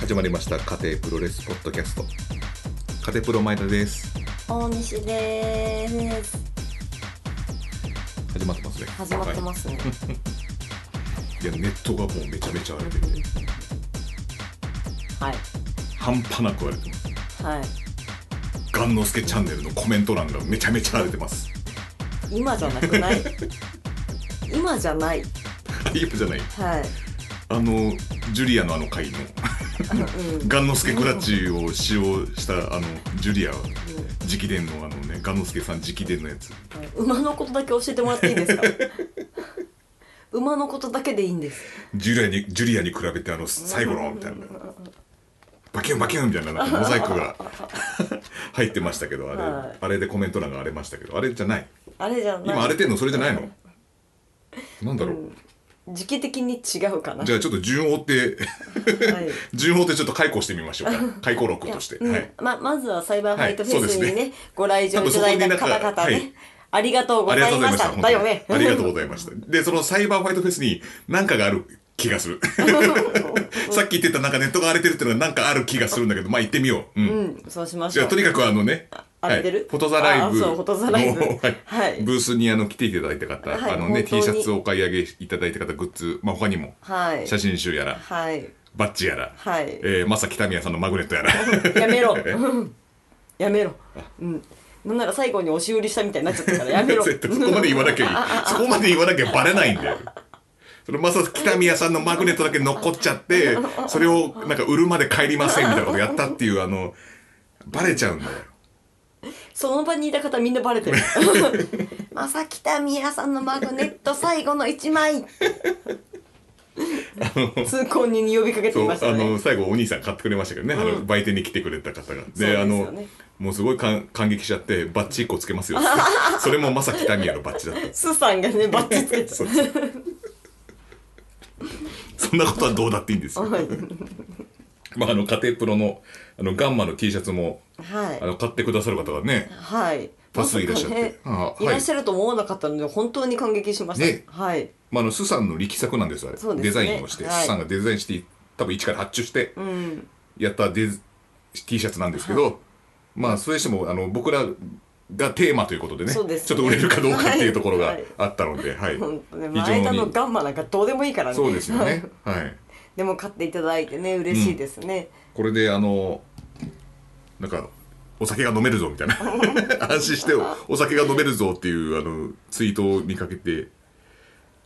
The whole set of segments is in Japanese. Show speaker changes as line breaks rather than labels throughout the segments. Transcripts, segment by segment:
始まりました家庭プロレスポッドキャスト家庭プロ前田です
大西です。
始まってますね
始まってますね。
す、はい、いやネットがもうめちゃめちゃ荒れてて
はい。
半端なく荒れてます
はい。
ガンノスケチャンネルのコメント欄がめちゃめちゃ荒れてます
今じゃなくない今じゃない。
いやじゃない
はい。
あのジュリアのあの回の
あのうん。
ガンノスケクラッチを使用したあのジュリア直伝のあのねガンノスケさん直伝のやつ
うん馬のことだけ教えてもらっていいですか馬のことだけでいいんです。
ジュリアにジュリアに比べてあの最後のみたいなバキュンバキュンみたいななんかモザイクが 入ってましたけどあれ、
はい
あれでコメント欄が荒れましたけどあれじゃない
あれじゃない。
今荒れてんのそれじゃないのなんだろう、
時期的に違うかな。
じゃあちょっと順を追って
はい。
順を追ってちょっと解雇してみましょうか解雇録
いや
として、
うん
はい、
ままずはサイバーファイトフェスに
は
ね,、
いそうです
ご来場いただいた方
多分そこに
々ね、
なんかはい
ありがとうご
あり
ざ
がと
いう
ございま
まし
した
た
本当に
だよね
ありがとうございましたでそのサイバーファイトフェスに何かがある気がするさっき言ってたなんかネットが荒れてるっていうのが何かある気がするんだけどまあ行ってみよううん
うんそうしまし
じゃ
ょ
あ
う
とにかくあのね、
荒れてる
フォトザライブ
あそうフォトザライブ
のはい
はい
ブースにあの来ていただいた方、
はい
あの
本当
ね
に
T シャツをお買い上げいただいた方グッズ、まあ、他にも
はい
写真集やら、
はい
バッジやら、
はい
えー、まさきたみやさんのマグネットやら
や めろ。やめろ。うん。なんなら最後に押し売りしたみたいになっちゃっ たからやめろ。
絶対そこまで言わな きゃいいそこまで言わなきゃバレないんだよそのまさきたみやさんのマグネットだけ残っちゃ ってそれをなんか売るまで帰りませんみたいなことやったっていうあのバレちゃうんだよ
その場にいた方みんなバレ てる。 まさきたみやさんのマグネット最後の一枚。通行人に呼びかけて
そ
いうました
あの
ね。
最後お兄さん買ってくれましたけどね、あの売店に来てくれた方がで
そうです
あ
よね
のもうすごい感感激しちゃってバッチ1個つけ ますよそれもまさきたみやのバッチだった
すさんがねバッチつけて
そうそうそんなことはどうだっていいんですよ、
はい
まあ、あの家庭プロのあのガンマの T シャツも
はい
あの買ってくださる方がね
はい。
多数いらっしゃって
まさかね
あはい
いらっしゃると思わなかったので本当に感激しました。
ね
はい。
まあ、あのスサンの力作なんですあれ
そうです
デ
ね
ザインをして、
はい
スサンがデザインして多分一から発注して
うん。
やったデズ T シャツなんですけど、まあそれにしてもあの僕らがテーマということでね
そうですね
ちょっと売れるかどうかっていうところが
はい
あったので、はい
本当ね。
非常
前田の
に
ガンマなんかどうでもいいからね。
そうですよね。はい
でも買っていただいてね嬉しいですね、
これであのなんかお酒が飲めるぞみたい な安心してお酒が飲めるぞっていうあのツイートを見かけて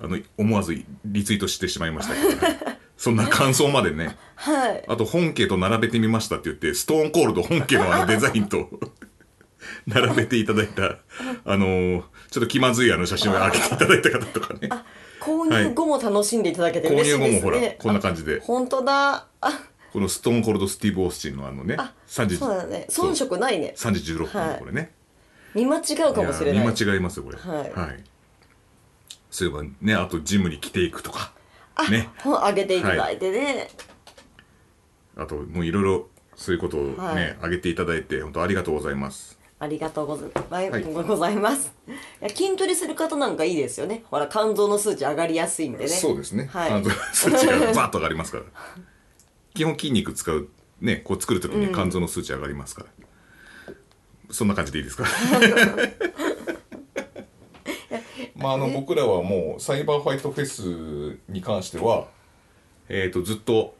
あの思わずリツイートしてしまいましたけど、 そんな感想までね
はい
あと本家と並べてみましたって言ってストーンコールド本家のあのデザインと 並べていただいたあのちょっと気まずいあの写真を開けていただいた方とかね
購入後も楽しんでいただけて
購
嬉し
入
い
後
で
も
す
ほら
ね、
こんな感じで
本当だあ
このストーンコールドスティーブ・オースチンのあのね
あ
3時
そうだね遜色ないね
3時16分の
はい
これね、
見間違うかもしれ
い
な
や
い
見間違いますよこれ
はい
そういえばねあとジムに着ていくとか
あ、
ね
本上げていただいてね、
あともういろいろそういうことをね、
はい
挙げていただいて本当ありがとうございます
ありがとうございます、
はい
ございますいや筋トレする方なんかいいですよねほら肝臓の数値上がりやすいんでね
そうですね、
はい
あ の数値がバーッと上がりますから基本筋肉使うねこう作る時に肝臓の数値上がりますから、そんな感じでいいですか まああの僕らはもうサイバーファイトフェスに関してはえっ、とずっと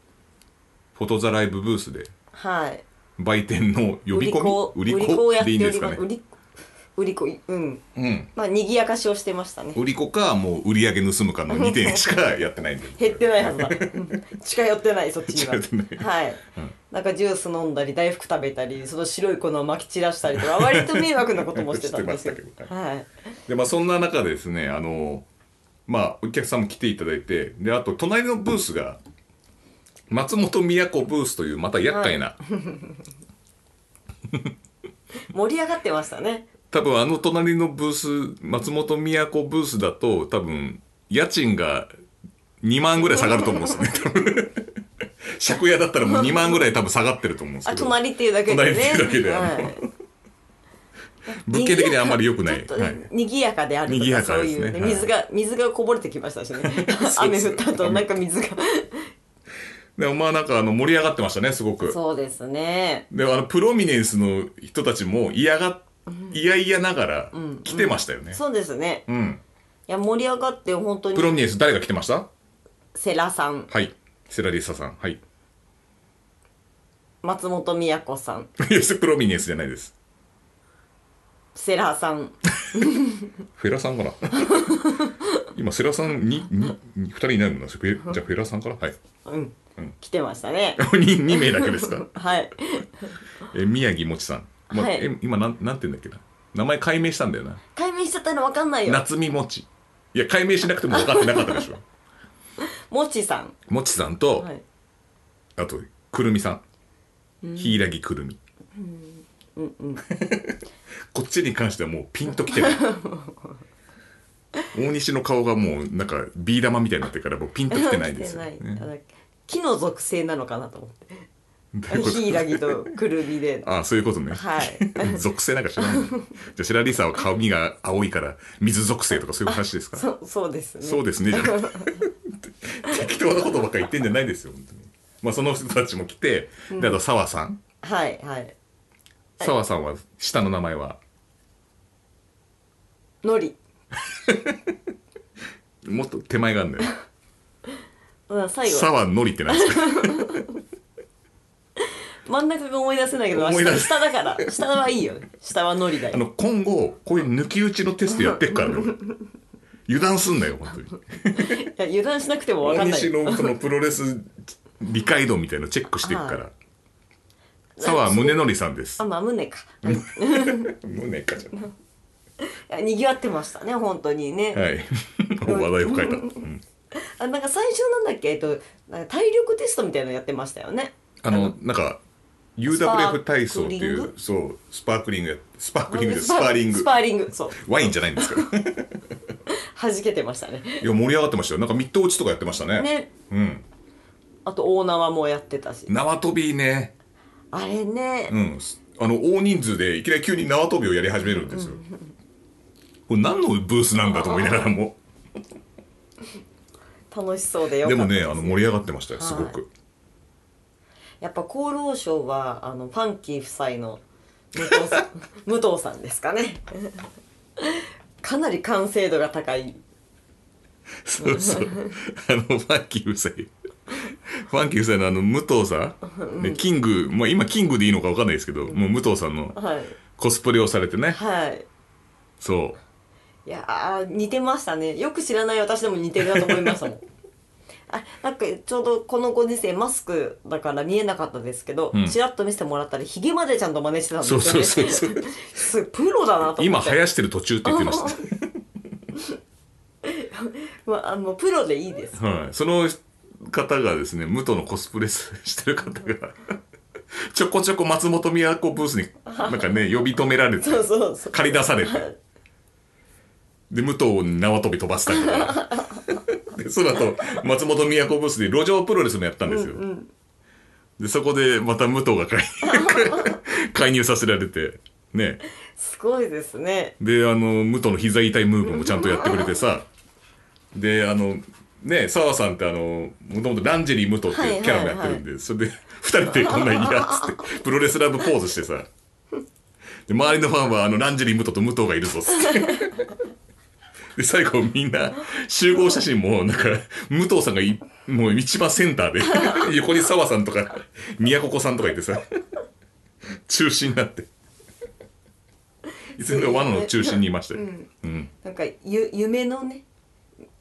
フォトザライブブースで
はい
売店の呼
売
び
り
込
子
み
売り子をや
で
って
いいん
お
です
り
か
ます
ね
売り売り子うん
うん
まあ賑やかしをしてましたね
売り子かもう売り上げ盗むかの2点しかやってないんで
減ってないはずだうん近寄ってないそっちには
近寄って
はい、なんかジュース飲んだり大福食べたりその白い粉をまき散らしたり とか割と迷惑なこともしてたんですよ
してましたけど
はい
でまあそんな中でですねあのまあお客さんも来ていただいてであと隣のブースが松本都ブースというまた厄介な、
盛り上がってましたね
多分あの隣のブース松本都ブースだと多分家賃が2万ぐらい下がると思うんですよ ね多分借家だったらもう2万ぐらい多分下がってると思うんです
あ
けど
隣っていうだけでね
隣っていうだけであの物件的にはあんまり良くない
ちょっと
はい
賑やかであると
賑や
か
か
そう
です
い
ね
うね
はい
水が水がこぼれてきましたしね
そう
雨降った後なんか水が
でもまあなんかあの盛り上がってましたねすごく
そうですね
であのプロミネンスの人たちも嫌がいやいやながら
ん
来てましたよね
そうですね
うん、
いや盛り上がって本当
プロ
に
ミネンス誰が来てました
世良さん
はいセラリッサさんはい
松本美子さん
いやそれプロミネンスじゃないです
世良さん
フェラさ んかな今セラさんににに二人いないもんなフェじゃあフェラさんからはい
うん、
うん
来てましたね
2, 二名だけです か
はい
え宮城もちさん、ま
はい
え今なんなんて言うんだっけな名前解明したんだよな
解明しちゃったの分かんないよ
夏美もちいや解明しなくても分かってなかったで しょ
もちさん
もちさんと、
はい
あとくるみさん柊くるみ
うんうん
こっちに関してはもうピンときて ない大西の顔がもうなんかビー玉みたいになってるからもうピンときてないですよ、
来て
ね
あの木の属性なのかなと思って
どういうこと
ヒイラギとくるみで
ああそういうことね、
はい
属性なんか知らないじゃあ白リーさんは髪が青いから水属性とかそういう話ですか
そそうですね
そうですねじゃなく て適当なことばっかり言ってんじゃないですよ本当にまあその人たちも来て、であと澤さん
はいはい
澤さんは下の名前は
のり
もっと手前があるんだよ
うん最後
澤のりってなんですか
真ん中が思い出せないけど
思い出せ
下下だから下はいいよ下はのりだ
あ
よ
の今後こういう抜き打ちのテストやってっからね俺油断すんなよ本当に
いや油断しなくても分か
大
んない
西のそのプロレス理解度みたいのチェックしていくか
は
ら澤宗則さんです
あまあ胸か
胸かじゃん
いやにぎわってましたね本当にね、
はい話題を変えた、うん
あなんか最初なんだっけえっとなんか体力テストみたいなのやってましたよね
あのなんか UWF 体操ってい
スパークリ
う
ン
そうスパークリングやスパークリングですス
パ
パーリング
スパーリングそう
ワインじゃないんですからい
弾けてましたね
や盛り上がってましたよなんかミット打ちとかやってましたね
ね
うん
あと大縄もやってたし
縄跳びね
あれね、
うんあの大人数でいきなり急に縄跳びをやり始めるんですよ、これ何のブースなんだと思いながらも
楽しそうでよか
で
った
もね
す
あの盛り上がってましたよすご
は
く
やっぱ厚労省はあのファンキー夫妻の武藤さん 武藤さんですかね かなり完成度が高い
そうそうあのファンキー夫妻ファンキー夫妻のあの武藤さん、ねキング、まあ、今キングでいいのか分かんないですけど、もう武藤さんの
はい
コスプレをされてね、
はい
そ
いやー似てましたねよく知らない私でも似てるなと思い ましたもんあなんかちょうどこのご時世マスクだから見えなかったですけど、
うん
ちらっと見せてもらったりひげまでちゃんと真似してたん
う
です
そう
よね
そうそうそう
すごいプロだなと思って
今生やしてる途中って言ってました、
まあ、あのプロでいいです
はい、その方がですね武藤のコスプレしてる方が ちょこちょこ松本都ブースになんかね呼び止められて
そうそうそう
借り出されてで武藤に縄跳び飛ばしたりとかでその後松本都ブースで路上プロレスもやったんですよ、でそこでまた武藤が 介入介入させられてね
すごいですね
であの武藤の膝痛いムーブもちゃんとやってくれてさであのね澤さんってあのもともとランジェリー武藤っていうキャラもやってるんで、
はいはい
それで二人でこんなん嫌っつ ってプロレスラーのポーズしてさで周りのファンはあのランジェリー武藤と武藤がいるぞっつって。で最後みんな集合写真もなんか武藤さんがいもう一番センターで 横に澤さんとか宮古子さんとかいてさ中心になっていつも罠の中心にいましたよ、うん、
なんかゆ夢のね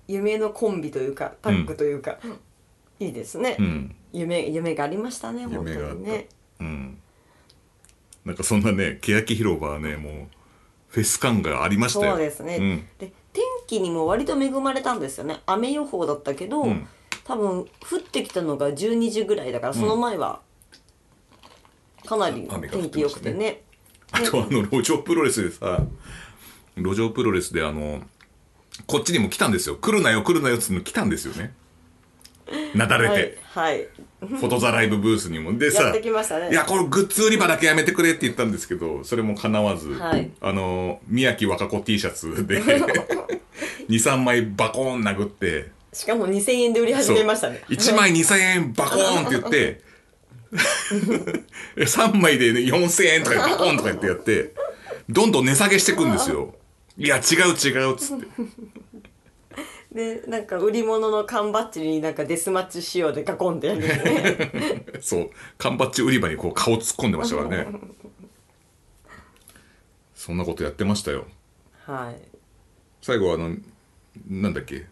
夢のコンビというかタッグというか、いいですね、
ん
夢夢がありましたね本当
夢があった
にね
うん。なんかそんなね、欅広場はね、もう、フェス感がありましたよ。
そうですね、
うん。
で天気にも割と恵まれたんですよね雨予報だったけど、
ん
多分降ってきたのが12時ぐらいだからその前はかなり
雨が降ってましたね
天気良くてね
あとあの、路上プロレスでさ、路上プロレスであの、こっちにも来たんですよ。来るなよ、来るなよっつうの来たんですよね。なだれて、
はい、はい、
フォトザライブブースにも。でさ、
やってきましたね
いや、これグッズ売り場だけやめてくれって言ったんですけど、それも叶わず、
はい
あ の、宮城若子 T シャツで、2、3枚バコーン殴って、
しかも2000円で売り始めましたね
1枚2000円バコーンって言って、3枚 で、ね、4000円とかバコーンとか言ってやって、どんどん値下げしていくんですよ。いや、違う違うっつって。
でなんか売り物の缶バッジになんかデスマッチ仕様で囲んでやる んですね
そう、缶バッジ売り場にこう顔突っ込んでましたからね。そんなことやってましたよ。
はい
最後はあのなんだっけ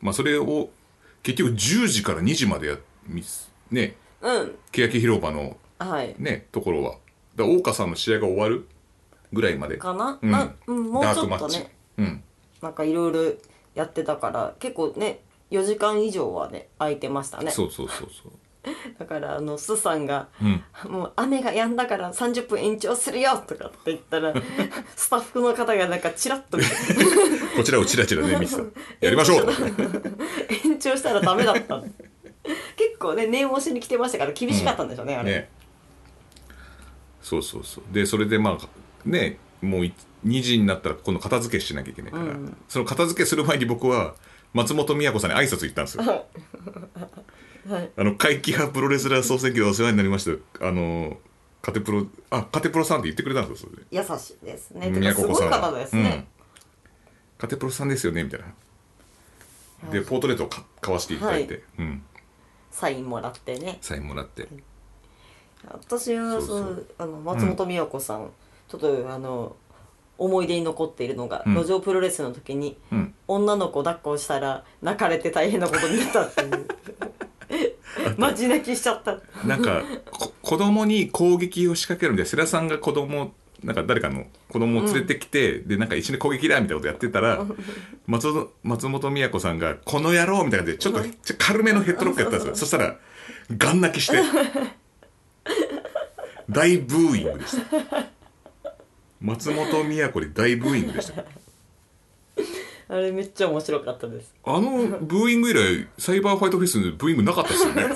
まあそれを結局10時から2時までやみね
うん
欅広場の
はい
ねところはだから大岡さんの試合が終わるぐらいまで
かな、
うん
なうん、もう
ダ
ち
ー
ょ
クマ
っ
ッ
と
チ
ね
うん
なんかいろいろやってたから結構ね4時間以上はね空いてましたね
そうそうそうそう
だからあのスさんが、
ん
もう雨が止んだから30分延長するよ」とかって 言ったらスタッフの方がなんかチラッと見て
こちらをチラチラね見てた やりまし ょう
延長したらダメだった結構ね念押しに来てましたから厳しかったんでしょうね、あれ、
ねそうそうそうでそれでまあねもうい2時になったら今度片付けしなきゃいけないから、その片付けする前に僕は松本美子さんに挨拶行ったんですよ、
はい
あの怪奇派プロレスラー総選挙でお世話になりましたあのカテプロあカテプロさんって言ってくれたんですよそれで
優しいですねて
宮子
かすごい
さんは
方ですね、
うん、カテプロさんですよねみたいなでポートレートをか交わしていただいて、
は
うん、
サインもらってね
サインもらって
私は
そう
そ
そう
のあの松本美代子さん、ちょっとあの思い出に残っているのが、
うん
路上プロレスの時に、
うん
女の子抱っこをしたら泣かれて大変なことになったっていうマジ泣きしちゃった
なんかこ子供に攻撃を仕掛けるみたいな世良さんが子供なんか誰かの子供を連れてきて、でなんか一緒に攻撃だみたいなことやってたら松本松本美子さんが「この野郎」みたいな感じでちょっとちょ軽めのヘッドロックやったんですよそしたらガン泣きして 大ブーイングでした松本美子で大ブーイングでした
あれめっちゃ面白かったです
あのブーイング以来サイバーファイトフェスでブーイングなかったですよ ね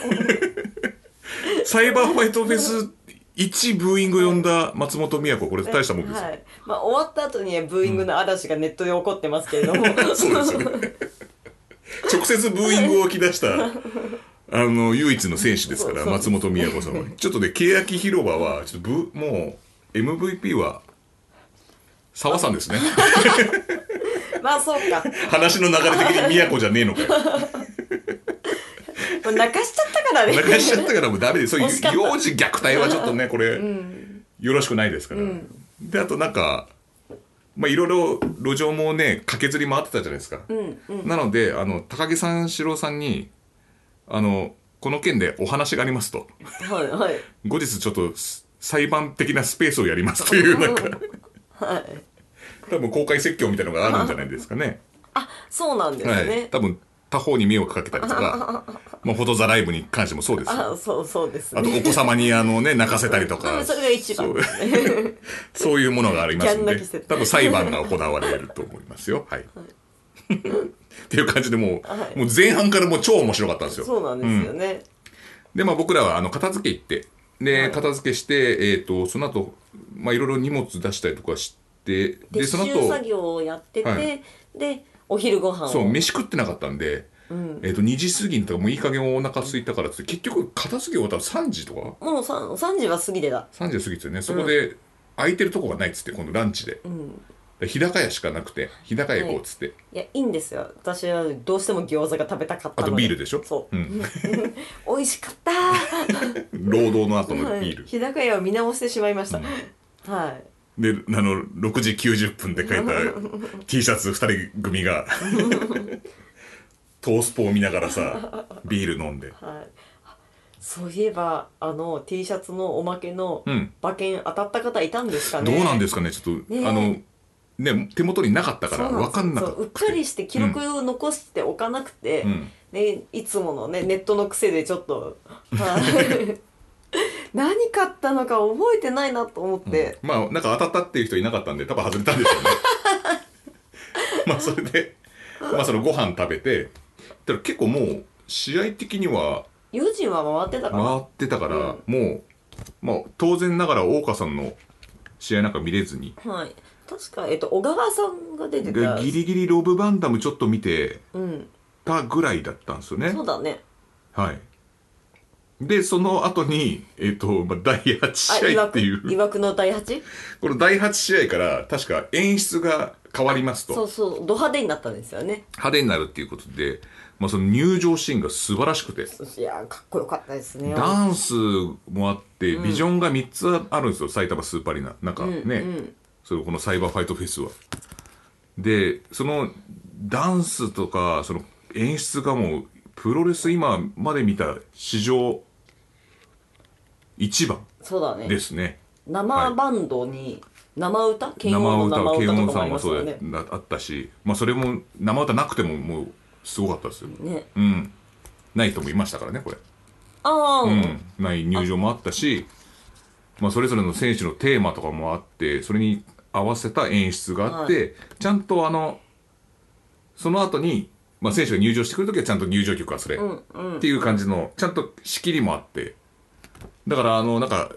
サイバーファイトフェス1ブーイング呼んだ松本美子これ大したもんですよ、
はいまあ、終わった後にはブーイングの嵐がネットで起こってますけれ ども、
そうですよね直接ブーイングを起き出したあの唯一の選手ですから
そう
松本美子さんはちょっとね欅広場はちょっとブもう MVP は澤さんですね
まあそうか、
話の流れ的に美子じゃねえのかよ
まあ、泣かしちゃったからね
お腹しちゃったからもうダメです。そういう
惜しかった
幼児虐待はちょっとね、これ、よろしくないですから。で、あとなんか、まあいろいろ路上もね、駆けずり回ってたじゃないですか。なので、あの、高木三四郎さんに、あの、この件でお話がありますと。
はいはい
後日ちょっとす裁判的なスペースをやりますという、なんか、
はい
多分公開説教みたいなのがあるんじゃないですかね。
あそうなんです
は
ね、
い。多分、他方に迷惑かけたりと か、まあ、フォトザライブに関してもそうですよ
あそうそうです
あとお子様にあのね泣かせたりと
う
か
んそれが一番
そう そういうものがありますん
ギャン
で
泣きしてる
多分裁判が行われると思いますよはい、 っていう感じでもう,、
はい
もう前半からもう超面白かったんですよ
そうなんですよね、
でまあ僕らはあの片付け行ってで、片付けしてえっ、とその後まあいろいろ荷物出したりとかしてで
撤
その
収作
後
業をやってて、
はい
でお昼ご飯を
そう飯食ってなかったんで、えっ、と2時過ぎにとかもういい加減お腹空いたからっつって結局片付け終わったら3時とか
もう 3, 3時は過ぎてた
3時過ぎですよねそこで空いてるとこがないっつって今度ランチで、で日高屋しかなくて日高屋行こうっつって、
いやいいんですよ私はどうしても餃子が食べたかった
あ
ので
とビールでしょ
そう、
ん
美味しかったー
労働の後のビール、
はい、日高屋を見直してしまいました、はい
であの6時90分で書いた T シャツ2人組 がトースポを見ながらさビール飲んで
はい、あそういえばあの T シャツのおまけの
うん
馬券当たった方いたんですか
ど
ね、
うなんですすかねちょっと、
ねえ
あのね手元になかったから分かんなか
そううっ
っ
か
た
りして記録を残しておかなくて、
うん
ね、いつものねネットの癖でちょっと、はい何買ったのか覚えてないなと思って、
まあなんか当たったっていう人いなかったんで多分外れたんでしょうね まあそれでまあそのご飯食べてたら結構もう試合的には
4時は回ってたか
回
ら
ってたから、もう、まあ、当然ながら大岡さんの試合なんか見れずに
はい確か、えっと、小川さんが出てた
ギリギリロブ・バンダムちょっと見て
うん、
たぐらいだったんですよね
そうだね
はいでその後にえっ、と、まあ、第8
あ
試
い
合
わ
って
く
い
いうわくの第 8?
この第8試合から確か演出が変わりますと
そうそうド派手になったんですよね
派手になるっていうことで、まあ、その入場シーンが素晴らしくて
いやーかっこよかったですね
ダンスもあって、ビジョンが3つあるんですよ埼玉スーパーアリーナなんかね、それこのサイバーファイトフェスはでそのダンスとかその演出がもうプロレス今まで見た史上一番
そうだね
ですね
生バンドに生歌
生
剣王の
歌
生
慶
歌
音
とかも
さ
あ
ん
り
も
ます
そ
よ
うだ
ね
なあったし、まあ、それも生歌なくてももうすごかったですよ、
ね
うんない人もいましたからねこれ
ああ、
うん、ない入場もあったしまあ、それぞれの選手のテーマとかもあってそれに合わせた演出があって、
は
ちゃんとあのその後にまあ、選手が入場してくるときはちゃんと入場曲はそれ、っていう感じのちゃんと仕切りもあってだからあのなんか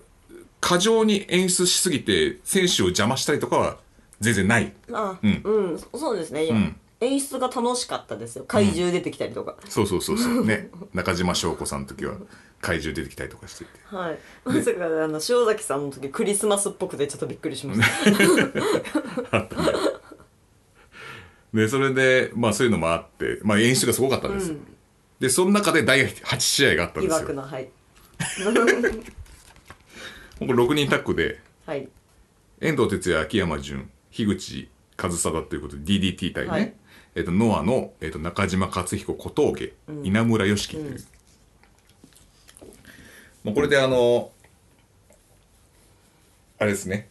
過剰に演出しすぎて選手を邪魔したりとかは全然 ない
あ
うん
うん、そそうですね、いや
ん
演出が楽しかったですよ怪獣出てきたりとか、
そうそうそうそうね中島翔子さんの時は怪獣出てきたりとかしてて
はいまさかあの塩崎さんの時クリスマスっぽくてちょっとびっくりしました
でそれでまあそういうのもあって、まあ、演出がすごかったんですよ、でその中で第8試合があったん
疑
ですよ
惑のはい
これ6人タッグで
はい
遠藤哲也秋山純樋口和貞ということで DDT 対ね、
はい
えっとノアの、えっと中島克彦小峠、稲村良樹という、もうこれであのあれですね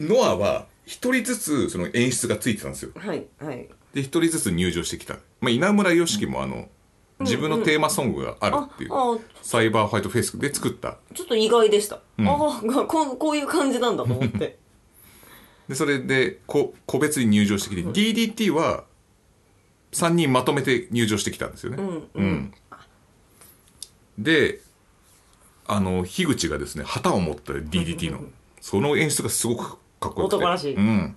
ノアは一人ずつその演出がついてたんですよ
はいはい
で一人ずつ入場してきた、まあ、稲村良樹もあの、自分のテーマソングがあるっていう、
ああ
サイバーファイトフェイスで作った
ちょっと意外でした、ああこんこういう感じなんだと思って
でそれでこ個別に入場してきて、DDT は3人まとめて入場してきたんですよね、
ん
うんであの樋口がですね旗を持った DDT のその演出がすごくかっこよくて
男らしい
うん、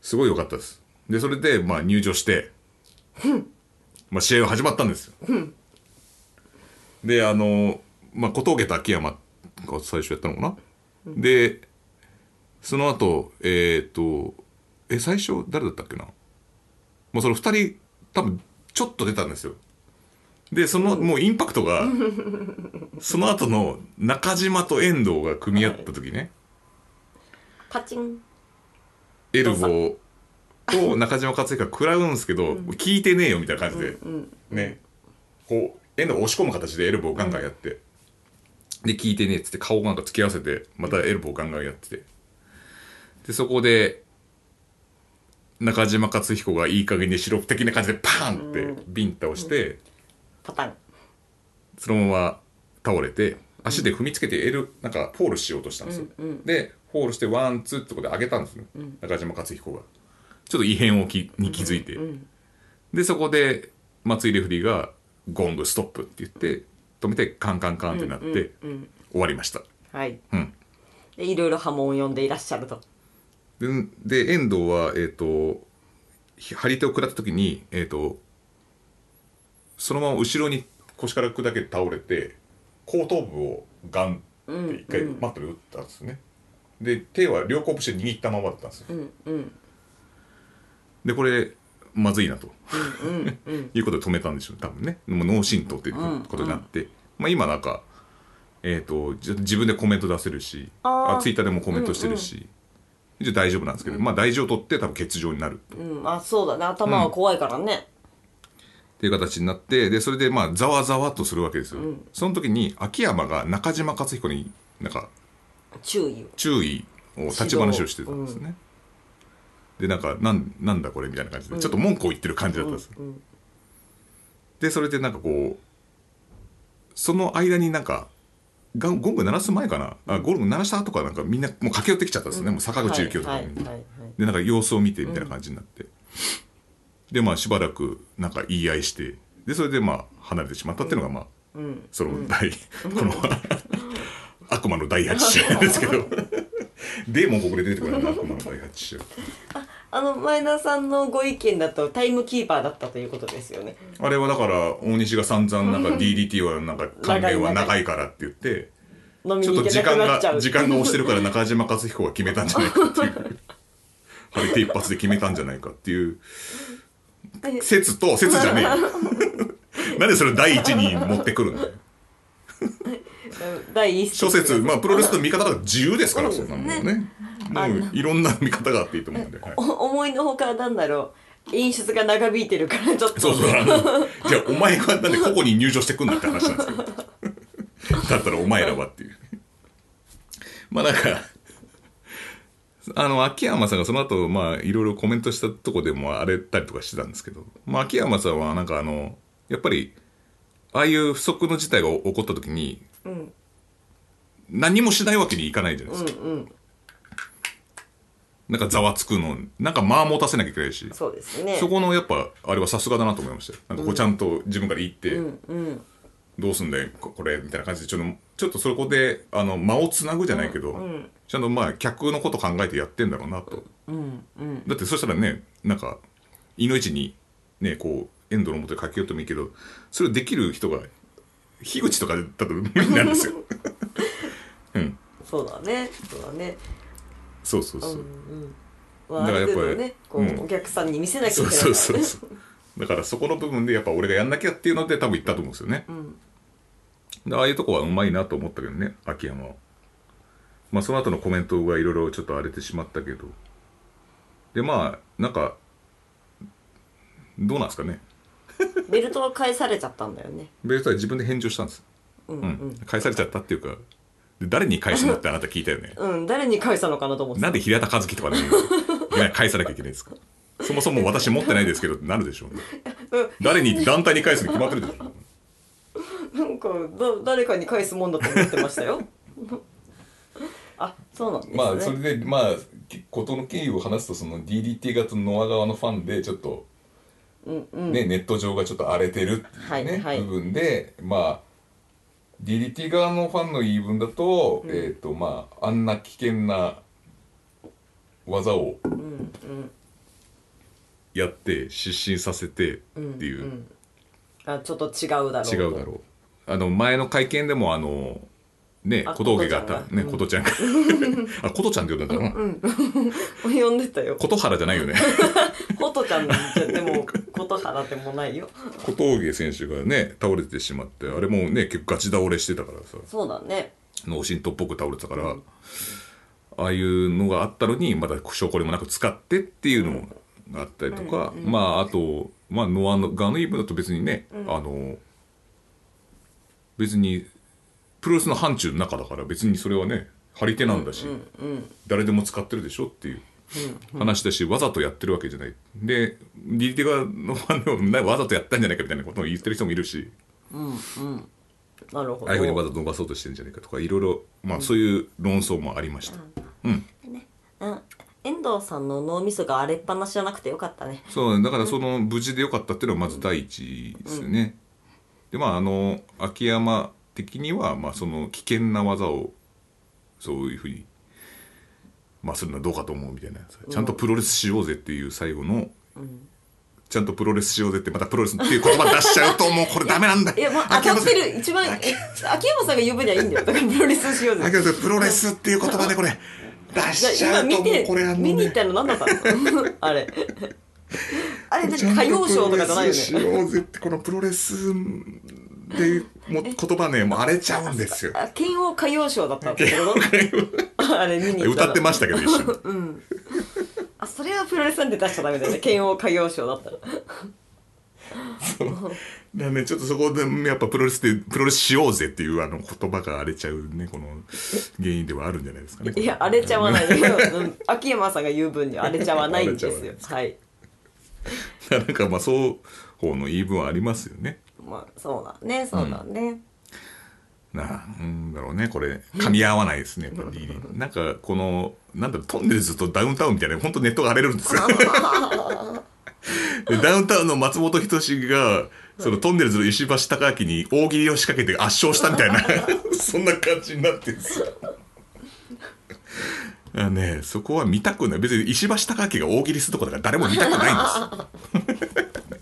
すごい良かったですでそれで、まあ、入場して、まあ、試合が始まったんですよ、であの、まあ、小峠と秋山が最初やったのかな、でその後えっ、とえ最初誰だったっけなもうその2人多分ちょっと出たんですよでそのもうインパクトがその後の中島と遠藤が組み合った時ね、
パチン
エルボーを中島克彦が食らうんですけど、聞いてねえよみたいな感じで、ねこう遠藤を押し込む形でエルボーをガンガンやって、で聞いてねえっつって顔をなんか突き合わせてまたエルボーをガンガンやっててでそこで中島克彦がいい加減にしろ的な感じでパーンってビンタをして、
パタン
そのまま倒れて足で踏みつけてエルなんかフォールしようとしたんですよ、でフォールしてワンツーってことで上げたんですよ、中島克彦がちょっと異変をきに気づいて、でそこで松井レフェリーが「ゴングストップ」って言って止めてカンカンカンってなって、終わりました
はい、
うん
でいろいろ波紋を呼んでいらっしゃると
でで遠藤はえっ、とひ張り手を食らった時にえっ、とそのまま後ろに腰から砕けて倒れて後頭部をガンって一回マットで打ったんですね、で手は両拳で握ったままだったんですよ、でこれまずいなと、 いうことで止めたんでしょう多分ねもう脳震盪っていうことになって、まあ今なんかえっ、とじ自分でコメント出せるし
あー
ツイッターでもコメントしてるし、じゃあ大丈夫なんですけど、まあ大事を取って多分欠場になると、っ
うんあそうだね頭は怖いからね、
ていう形になってでそれでまあざわざわっとするわけですよ、その時に秋山が中島克彦になんか
注意を
注意を立ち話をしてたんですよね、でなんかなんなんだこれみたいな感じで、ちょっと文句を言ってる感じだったんですよ、でそれでなんかこうその間になんかガンゴング鳴らす前かな、あゴング鳴らした後かなんかみんなもう駆け寄ってきちゃったんですよね、もう坂口幸男とか
は
み
い
んな
はいはいはい
でなんか様子を見てみたいな感じになって、でまあしばらくなんか言い合いしてでそれでまあ離れてしまったっていうのがまあ、その第、 この悪魔の第8試合ですけどでもうここで出てこないな悪魔の第8試合
あの前田さんのご意見だとタイムキーパーだったということですよね
あれはだから大西が散々なんか DDT はなんか関連は長いからって言って
飲み
ちょっ
に行
と
け
時
なく
間
なっちゃ
が
う
時間が押してるから中島勝彦が決めたんじゃないかっていう 張り手一発で決めたんじゃないかっていう説と説じゃねえよ なんでそれを第一に持ってくるんだよ
第一
諸説まあプロレスの見方が自由ですからそんなもん
そう
ねもういろんな見方があっていいと思うんで、はい
お思いのほかなんだろう演出が長引いてるからちょっと
そうそうあのじゃあお前がなんでここに入場してくんだって話なんですけど だったらお前らはっていうまあなんかあの秋山さんがその後まあいろいろコメントしたとこでも荒れたりとかしてたんですけど、まあ、秋山さんはなんかあのやっぱりああいう不測の事態が起こった時に、何もしないわけにいかないじゃないですか、なんかざわつくのなんか間を持たせなきゃいけないし
そうですね
そこのやっぱあれはさすがだなと思いましたよなんかこうちゃんと自分から言って、どうすんだよここれみたいな感じでちょっとちょっとそこであの間をつなぐじゃないけど、ちゃんとまあ客のこと考えてやってんだろうなと、だってそしたらねなんか胃の位置にねこうエンドの元に駆け寄ってもいいけどそれをできる人が樋口とかだと無理なん ですようん
そうだねそうだね
そうそうそう、
まああ
だからやっ
る
ぱり
程度ねこう、
うん
お客さんに見せなきゃいけ
そう
ないから
そうそうそうだからそこの部分でやっぱ俺がやんなきゃっていうので多分言ったと思うんですよね、でああいうとこはうまいなと思ったけどね秋山はまあその後のコメントがいろいろちょっと荒れてしまったけどでまあなんかどうなんですかね
ベルトを返されちゃったんだよね
ベルトは自分で返上したんですうん、返されちゃったっていうかで誰に返すのってあなた聞いたよ ね
うん誰に返したのかなと思って
なんで平田和樹とかねいや返さなきゃいけないんですかそもそも私持ってないですけどってなるでしょうね誰に団体に返すに決まってるでしょ
なんかだ誰かに返すもんだと思ってました よあそうなんですね、
まあそれでまあき事の経緯を話すとその DDT 型のノア側のファンでちょっと、ね、ネット上がちょっと荒れてるっていう、ね
はいはい
部分でまあ DDT 側のファンの言い分だと、えっ、とまああんな危険な技をやって失神させてっていう。
あちょっと違うだろうと
違うだろうあの前の会見でもあのね
あ
小峠があったね
琴
琴ちゃんが あ琴ちゃんって呼んだんだな
呼んでたよ
琴原じゃないよね
ホトちゃんでも琴原でもないよ
小峠選手がね倒れてしまってあれもね結構ガチ倒れしてたからさ
そうだね
脳震盪っぽく倒れてたから、ああいうのがあったのにまだ証拠でもなく使ってっていうのがあったりとか、まああと、まあ、ノアの側の言い分だと別にね、あの別にプロレスの範疇の中だから別にそれはね張り手なんだし、誰でも使ってるでしょっていう。話だしわざとやってるわけじゃないで DT 側のファンでもなわざとやったんじゃないかみたいなことを言ってる人もいるし
なるほ
ああいうふうにわ
ど
ざと伸ばそうとしてるんじゃないかとかいろいろまあそういう論争もありました、
うん遠藤さんの脳みそが荒れっぱなしじゃなくてよかっ たね
そうだからその無事でよかったっていうのはまず第一ですよね、でまああの秋山的にはまあその危険な技をそういうふうにまあするのはどうかと思うみたいなちゃんとプロレスしようぜっていう最後の、ちゃんとプロレスしようぜってまたプロレスっていう言葉出しちゃうともうこれダメなんだ
いやまあ
秋
当
山
た
さ
っ
ん
てる一番え秋山さんが呼ぶにはいいんだよだからプロレスしよう
秋
ぜ
山さんプロレスっていう言葉でこれ出し
じ
ち
ゃあ
ゃ
今
うと
見
もう
て
これあの
見に行
ね
ったの何だったの あれあれ
ちゃん
歌謡ショーとかじゃない
プロレ
よね
スしようぜってこのプロレスでも言葉ねもう荒れちゃうんですよ。
あ剣王歌謡ショーだったってこと あれ見に行った
歌
の
ってましたけど一緒に。
あそれはプロレスなんで出しちゃダメだよね剣王歌謡ショーだったら
だ からねちょっとそこでやっぱプロレスでプロレスしようぜっていうあの言葉が荒れちゃうねこの原因ではあるんじゃないですかね。
いや、荒れちゃわな いですよ。うん秋山さんが言う分には荒れちゃわないんです
荒れちゃわない
よ。はい。
なんかまあ双方の言い分はありますよね。
まあ、そうだね、そうだね。
なあなんだろうねこれ噛み合わないですねやっぱりなんかこのなんだろうトンネルズとダウンタウンみたいな本当ネットが荒れるんですよでダウンタウンの松本人志がそのトンネルズの石橋貴明に大喜利を仕掛 けて圧勝したみたいなそんな感じになってるんですよあのね、そこは見たくない。別に石橋貴明が大喜利するとこだから誰も見たくないんですよ。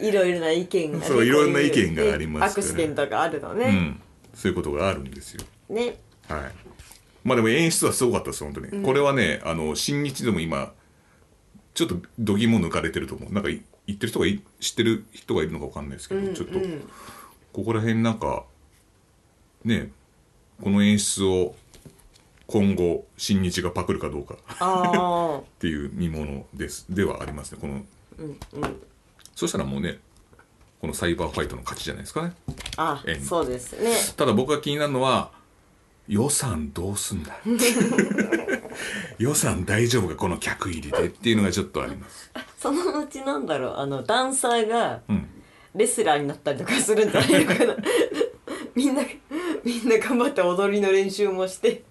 いろいろな意見がね、
そういろんな
こうう
意見がありますから
アクシデントがあるの
う
ね、
ん。そういうことがあるんですよ。
ね
はい。まあでも演出はすごかったです、本当に。これはね、あの、新日でも今、ちょっと度肝抜かれてると思う。なんかい言ってる人がい、知ってる人がいるのかわかんないですけど、ちょっと、ここら辺なんか、ね、この演出を今後、新日がパクるかどうか。
ああ
っていう見物ですではありますねこの、そしたらもうねこのサイバーファイトの勝ちじゃないですかね
あ
ええ
そうですね
ただ僕が気になるのは予算どうすんだ予算大丈夫かこの客入りでっていうのがちょっとあります
そのうちなんだろうあのダンサーが
ん
レスラーになったりとかするんじゃないのかな みんなみんな頑張って踊りの練習もして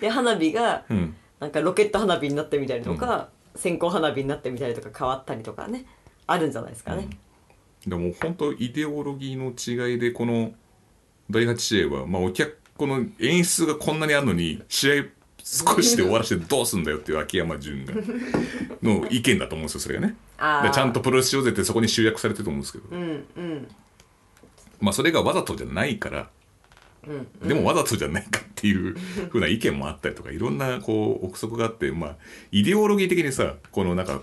で花火が
うん
なんかロケット花火になってみたりとか、線香花火になってみたりとか変わったりとかねあるんじゃないですかね、
でも本当イデオロギーの違いでこの第8試合はまあお客この演出がこんなにあるのに試合少しで終わらせてどうすんだよっていう秋山純 がの意見だと思うんですよそれがね
あ
で
あ
ちゃんとプロレスしようぜってそこに集約されてると思うんですけど、
うんうん
まあそれがわざとじゃないから、でもわざとじゃないかっていうふうな意見もあったりとかいろんなこう憶測があってまあイデオロギー的にさこのなんか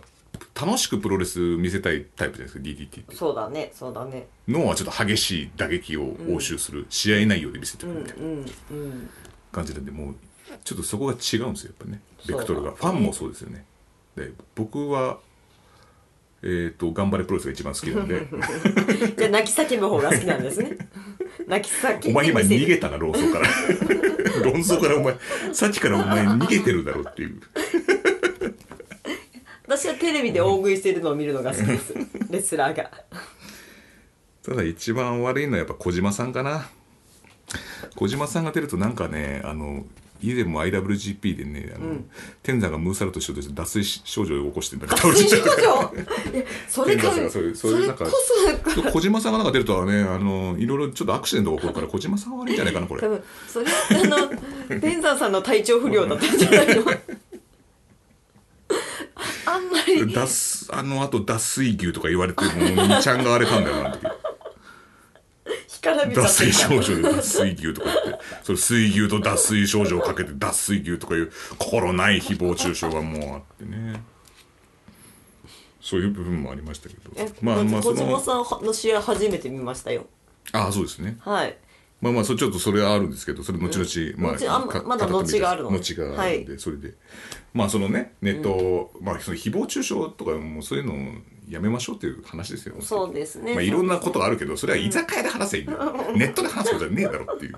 楽しくプロレス見せたいタイプじゃないですか DDT って
そうだねそうだね
脳はちょっと激しい打撃を応酬する、試合内容で見せてくるみたいな
うんうん
感じなんでもうちょっとそこが違うんですよやっぱね
そう
ベ
だ
クトルがファンもそうですよねで僕はえっ、と頑張れプロレスが一番好きなん で
じゃあ泣き叫ぶ方が好きなんで すね泣き叫んで
お前今
見せる
逃げたな論争から 論争からお前さっきからお前逃げてるだろっていう
私はテレビで大食いしてるのを見るのが好きですレスラーが
ただ一番悪いのはやっぱ小島さんかな小島さんが出るとなんかねあの以前も IWGP でねあの、天山がムーサルトしようとして脱水症状を起こしてなんか倒れ
水
ちゃ
症
った
状 いやそれか
天罰がそういうそ
そ
ういう
れ
なん
こ
か
そなんか
小島さんがなんか出るとはねあのいろいろちょっとアクシデントが起こるから小島さんは悪いんじゃないかなこ
多
れ
分それって あの天山さんの体調不良だったんじゃないのあんまり
脱あのあと脱水牛とか言われてもう2ちゃんが荒れたんだよなあの時
干からびちゃ
脱
って
水
る
症状
から
で脱水牛とか言って、それ水牛と脱水症状をかけて脱水牛とかいう心ない誹謗中傷がもうあってね。そういう部分もありましたけ
え
ど。まあまあそ
小島
の、
さんの試合初めて見ましたよ
ああそうですね。
はい
まあまあそちょっとそれはあるんですけど、それ後々、ま
後々あん
か
まだ
語ってみて
後があるの
後があるんで、それで。まあそのね、ネット、まあその誹謗中傷とかもうそういうのをやめましょうっていう話ですよ。
そうですね
まあ、いろんなことがあるけどそれは居酒屋で話せばいいんだよネットで話すことじゃねえだろっていう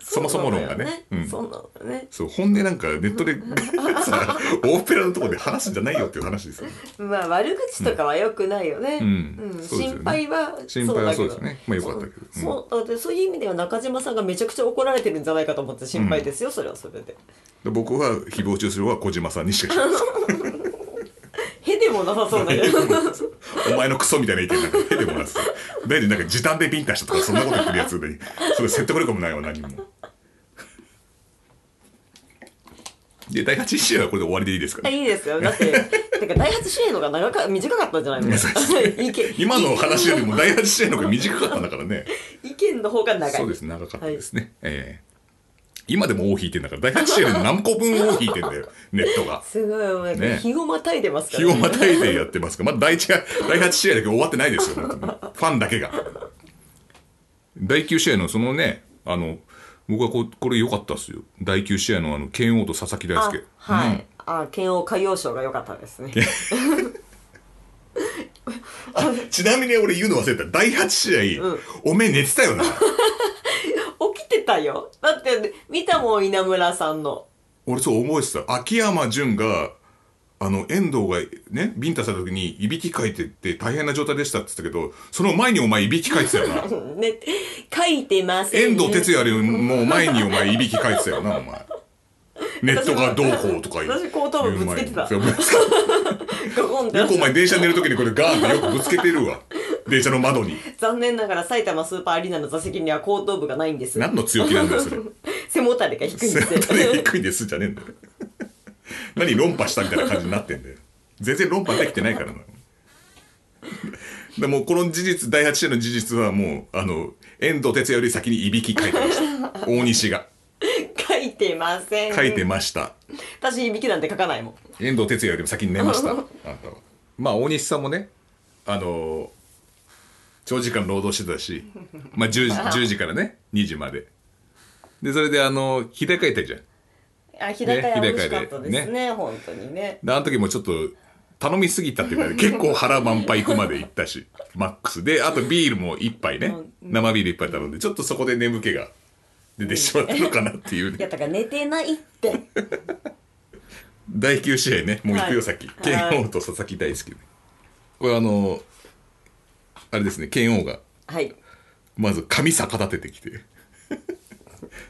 そもそも論がねうん
そうなのね
そう本音なんかネットで さ大っぺらのところで話すんじゃないよっていう話ですよね
まあ悪口とかは良くないよね。
んそ
うん
うですよね
心配は
心配はそうですねまあ良かったけど
そうそうだってそういう意味では中島さんがめちゃくちゃ怒られてるんじゃないかと思って心配ですよ、それはそれで。
で僕は誹謗中傷は小島さんにしかし ない
へでもなさそうだ けど。
お前のクソみたいな意見なんか出てもらって大臣なんか時短でビンタしたとかそんなこと言ってるやつでそれ説得力もないわ何もで第8試合はこれで終わりでいいですかね
いいですよ。だって、てか第8試合の方が長か短かったんじゃないの 意見
今のお話よりも第8試合の方が短かったんだからね
意見の方が長い。
そうです長かったですね、ええ今でも尾引いてんだから第8試合で何個分尾引いてんだ よネットが
すごい、もうなんか
ね
日をまたいでますから、
日をまたいでやってますからまだ第一試合第8試合だけ終わってないですよ本当にファンだけが第9試合のそのねあの僕はここれ良かったですよ第9試合のあの剣王と佐々木大
あ
輔
は
う
い。
ん
あ、剣王歌謡賞が良かったですね。
あちなみに俺言うの忘れた第8試合、おめえ寝てたよな
起きてたよ。だって、見たもん、稲村さんの。
俺そう思えてた秋山純があの遠藤がねビンタした時にいびきかいてって大変な状態でしたって言ったけどその前にお前いびきかいてた よな
ね、書いてません。
遠藤哲也よりも前にお前いびきかいてたよなお前ネットがどうこうとか言う
私後頭部ぶつけてた
言う前にそうぶつけ
ゴコンって
よくお前電車寝る時にこれガーンってよくぶつけてるわ電車の窓に。
残念ながら埼玉スーパーアリーナの座席には後頭部がないんです
何の強気なんだよ、それ。
背もたれが低いんです
背もたれ低いですじゃねえんだよ。何論破したみたいな感じになってんだよ。全然論破できてないからな。でもうこの事実、第8試合の事実はもう、あの、遠藤哲也より先にいびき書いてました。大西が。
書いてません
書いてました。
私いびきなんて書かないもん
遠藤哲也よりも先に寝ましたあんたはまあ大西さんもねあのー長時間労働してたし、まあ、10, 時10時からね2時まででそれであのー日高いたじゃん
あ日高屋
ね
美味しかったですね本当にね
であの時もちょっと頼みすぎたっていう か、結構腹満杯行くまで行ったしマックスであとビールも1杯ね生ビール1杯頼んでちょっとそこで眠気が出てしまったのかなっていう
い
ね
やだから寝てないって
第9試合ねもう行くよ、
はい
先
はい
剣王と佐々木大輔ねこれあのーあれですね剣王が
はい
まず髪逆立ててきて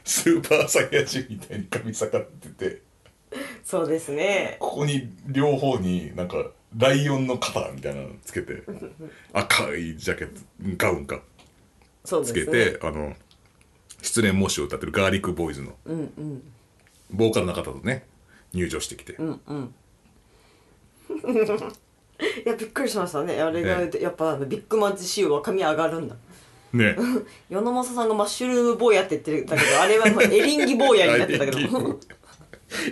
スーパーサイヤ人みたいに髪逆立てて
そうですね
ここに両方になんかライオンの肩みたいなのつけて赤いジャケットガウンか
そうで
つ
す
け
ね
て、あの失恋模試を歌ってるガーリックボーイズの、ボーカルの方とね入場してきて、
いやびっくりしましたねあれが、
え
やっぱあのビッグマッチ仕様は髪上がるんだ
ね
与野正さんがマッシュルーム坊やって言ってたけどあれはもうエリンギ坊やになってた け
エリン
ど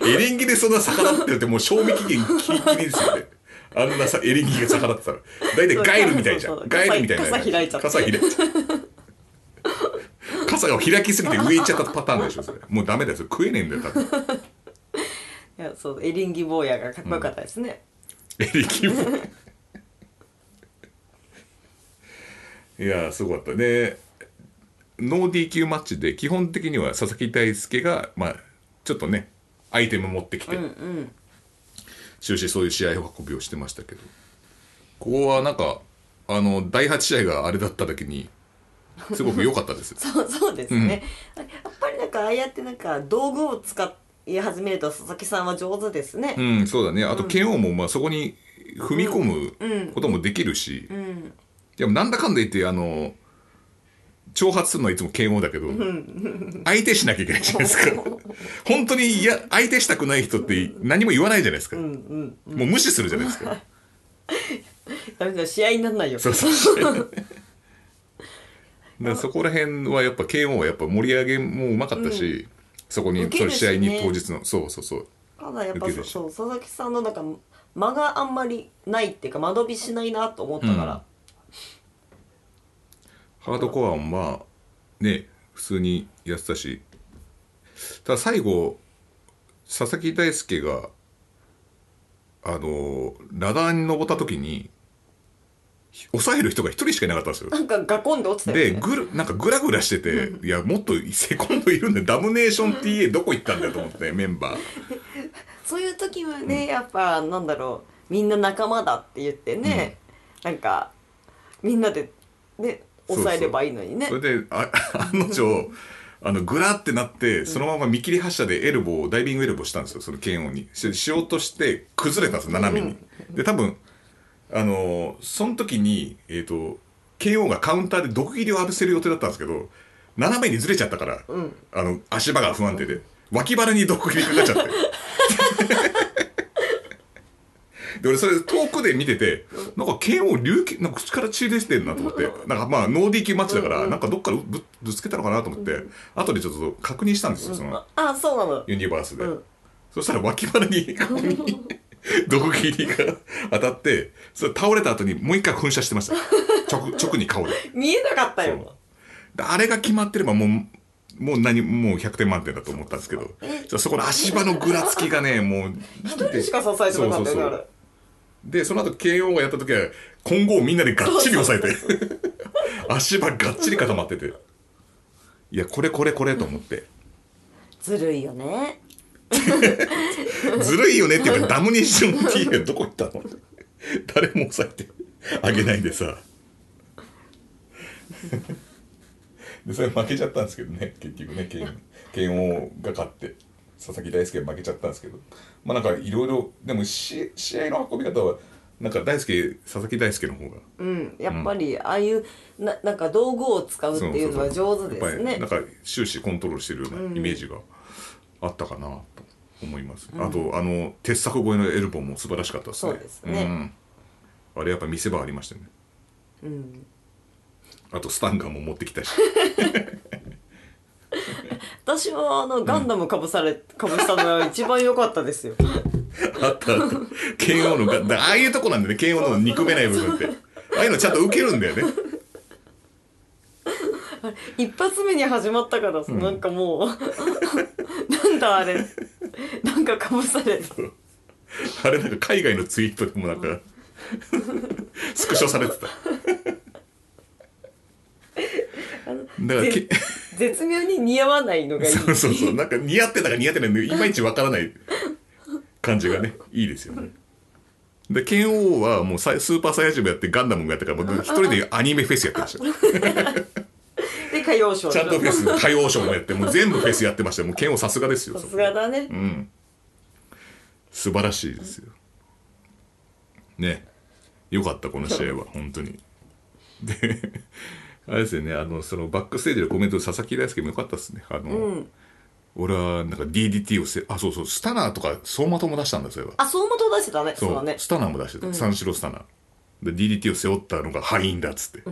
エリンギでそんな逆立ってるってもう賞味期限キリキリですよねあんなさエリンギが逆立ってたら大体ガイルみたいじゃ
そ
ん
う
ガイルみたいな
傘開いちゃって
傘開い ちゃう傘が開きすぎて上行っちゃったパターンでしょそれもうダメだよそれ食えねえんだよ多分
いやそうエリンギ坊やがかっこよかったですね、
エリキもいやーすごかったでノー DQ マッチで基本的には佐々木大輔がまあちょっとねアイテム持ってきて、終始そういう試合運びをしてましたけどここはなんかあの第8試合があれだっただけにすごく良かったですよ
そうそうですね、やっぱりなんかああやってなんか道具を使い始めると佐々木さんは上手ですね、
うんそうだねあと剣王もまあそこに踏み込むこともできるし、でもなんだかんだ言ってあの挑発するのはいつも剣王だけど、相手しなきゃいけないじゃないですか本当にいや相手したくない人って何も言わないじゃないですか、もう無視するじゃないです か
ダメだよ試合にならないよ
そうそうそうだからそこら辺はやっぱ剣王はやっぱ盛り上げもうまかったし、そこにそ
受け
う
です
試合
ね
に当日のそうそうそう
ただやっ
受
ぱ
け
そ
で
う
した
そう佐々木さんのなんか間があんまりないっていうか間延びしないなと思ったから、
ハードコアもまあね普通にやってたしただ最後佐々木大輔があのラダーに登った時にひ抑える人が一人しかいなかったんですよ。
なんかガコンで落ちた
で
よね
ぐるなんかグラグラしてていやもっとセコンドいるんでダムネーション TA どこ行ったんだよと思ってメンバー。
そういう時はね、やっぱなんだろうみんな仲間だって言ってね、なんかみんなでね
そうそう
抑えればいいのにね
それであ 案の定あのグラってなってそのまま見切り発車でエルボーダイビングエルボーしたんですよその剣王にししようとして崩れたんです斜めにで多分あのーその時にえっ、と剣王がカウンターで毒斬りを浴びせる予定だったんですけど斜めにずれちゃったから、あの足場が不安定で脇腹に毒斬りかかっちゃって。で俺それ遠くで見ててなんか剣を流血なんか口から血出てんなと思ってなんかまあノーディー級マッチだからなんかどっからぶぶつけたのかなと思って後でちょっと確認したんですよその
ああそうなの
ユニバースで、
ん
そしたら脇腹に 顔に毒切りが当たってそれ倒れた後にもう一回噴射してました 直直に顔で
見えなかったよ
であれが決まってればもうもう何もう100点満点だと思ったんですけどそそこの足場のぐらつきがね もう一
一人しか支えてなかったよねあれ
でその後 KO がやった時は今後をみんなでがっちり押さえて足場がっちり固まってていやこれこれこれと思って
ずるいよね
ずるいよねっていうかダムネーション TA どこ行ったの誰も抑えてあげないでさでそれ負けちゃったんですけどね結局ね剣剣王が勝って佐々木大輔が負けちゃったんですけどまあなんかいろいろでもし試合の運び方はなんか大輔佐々木大輔の方が
うん、やっぱりああいうななんか道具を使うっていうのは上手ですね
やっぱりなんか終始コントロールしてるようなイメージがあったかなと思います、あとあの鉄柵越えのエルボーも素晴らしかったですね
そうですね
うんあれやっぱ見せ場ありましたねあとスタンガンも持ってきたし
私はあのガンダムかぶされ、かぶしたのが一番良かっ たですよ
あったあった剣王のがだああいうとこなんだよね剣王の憎めない部分ってああいうのちゃんと受けるんだよね
一発目に始まったから、なんかもう なんだあれなんかかぶされた
あれなんか海外のツイートでもなんかスクショされてただからけ
ぜ絶妙に似合わないのがいい
そうそうそうなんか似合ってたか似合ってないのいまいちわからない感じがねいいですよねで剣王はもうサイスーパーサイヤ人もやってガンダムもやったからもう一人でアニメフェスやってましたよ
で歌謡ショー
ちゃんとフェス歌謡ショーもやってもう全部フェスやってましたよもう剣王さすがですよ
さすがだね、
うん素晴らしいですよねよかったこの試合は本当にであれですよねあのそのバックステージでコメント佐々木大輔もよかったですねあの、俺はなんか DDT をせあそうそうスタナーとか相馬とも出したんだそれは
あ相馬と出してたねそうだね
スタナーも出してた、三四郎スタナーで DDT を背負ったのが敗因だっ つって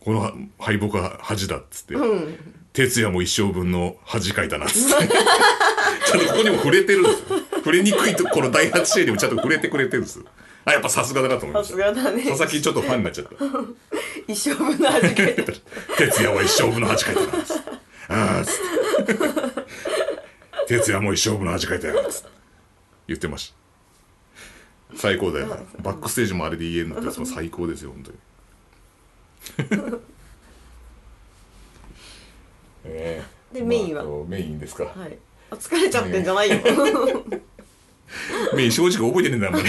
この敗北は恥だっつって、哲也も一生分の恥かいたなっつって ちゃんとここにも触れてるんですよ触れにくいところ第8試合にもちゃんと触れてくれてるんですよあやっぱさすがだなと思いま
さ
し
す
た
がだね
佐々木ちょっとファンになっちゃった
一生分 の味が
哲也は一生分の恥かいたなっつってああっつって哲也も一生分の恥かいたよっつって言ってました最高だよなバックステージもあれで言えるのって最高ですよ本当にええ
でメインは
まああとメインですか、
はいあ疲れちゃってんじゃないよ
メイン正直覚えてねえんだあんま り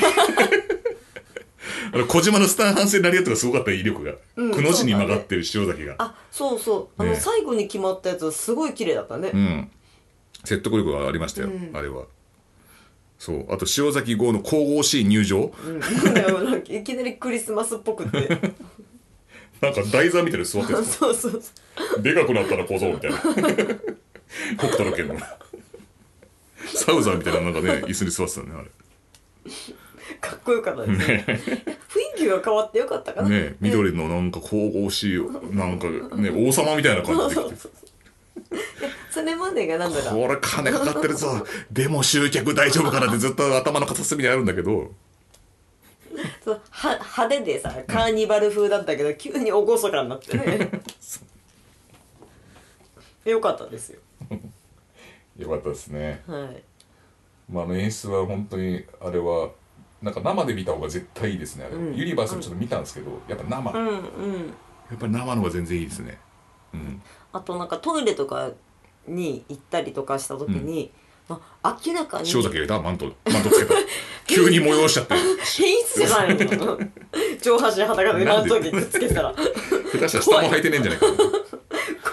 あの小島のスターハンセンラリアットがすごかった威力が、
うん
くの字に曲がってる塩崎が
あそうそうあの
ね
最後に決まったやつすごい綺麗だったね
うん、説得力がありましたよ、あれはそうあと塩崎豪の神々しい入場、
うん、なんかいきなりクリスマスっぽく て
なんか台座みたいに 座ってるんです
そうそうそ
よでかくなったら小僧み たいな北斗の拳のサウザーみたいななんかね椅子に座ってたねあれ
うかっこよかったですね雰囲気が変わってよかったかな、
ね緑のなんか神々しいなんかね王様みたいな感じで来て
それまでがなんだろう
これ金かかってるぞでも集客大丈夫かなってずっと頭の片隅にあるんだけど
そうは派手でさカーニバル風だったけど急に厳かになってねよかったですよ
よかったですね
はい
まあ、あの演出は本当にあれはなんか生で見た方が絶対いいですねあれは、ユニバースもちょっと見たんですけど、やっぱ生、
う
や
んうん
っぱり生の方が全然いいですねうん
あとなんかトイレとかに行ったりとかした時に、まあ明らかに
塩崎がいたマント マントつけた急に催し ちゃって
変質じゃ ないの 上半身裸で
な
何
んで
時くっつけてたら
下手したら下も履いてねえんじゃないかな